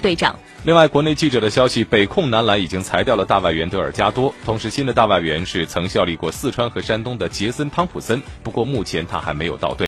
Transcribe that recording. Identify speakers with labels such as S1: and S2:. S1: 队长。
S2: 另外，国内记者的消息，北控男篮已经裁掉了大外援德尔加多，同时新的大外援是曾效力过四川和山东的杰森·汤普森，不过目前他还没有到队。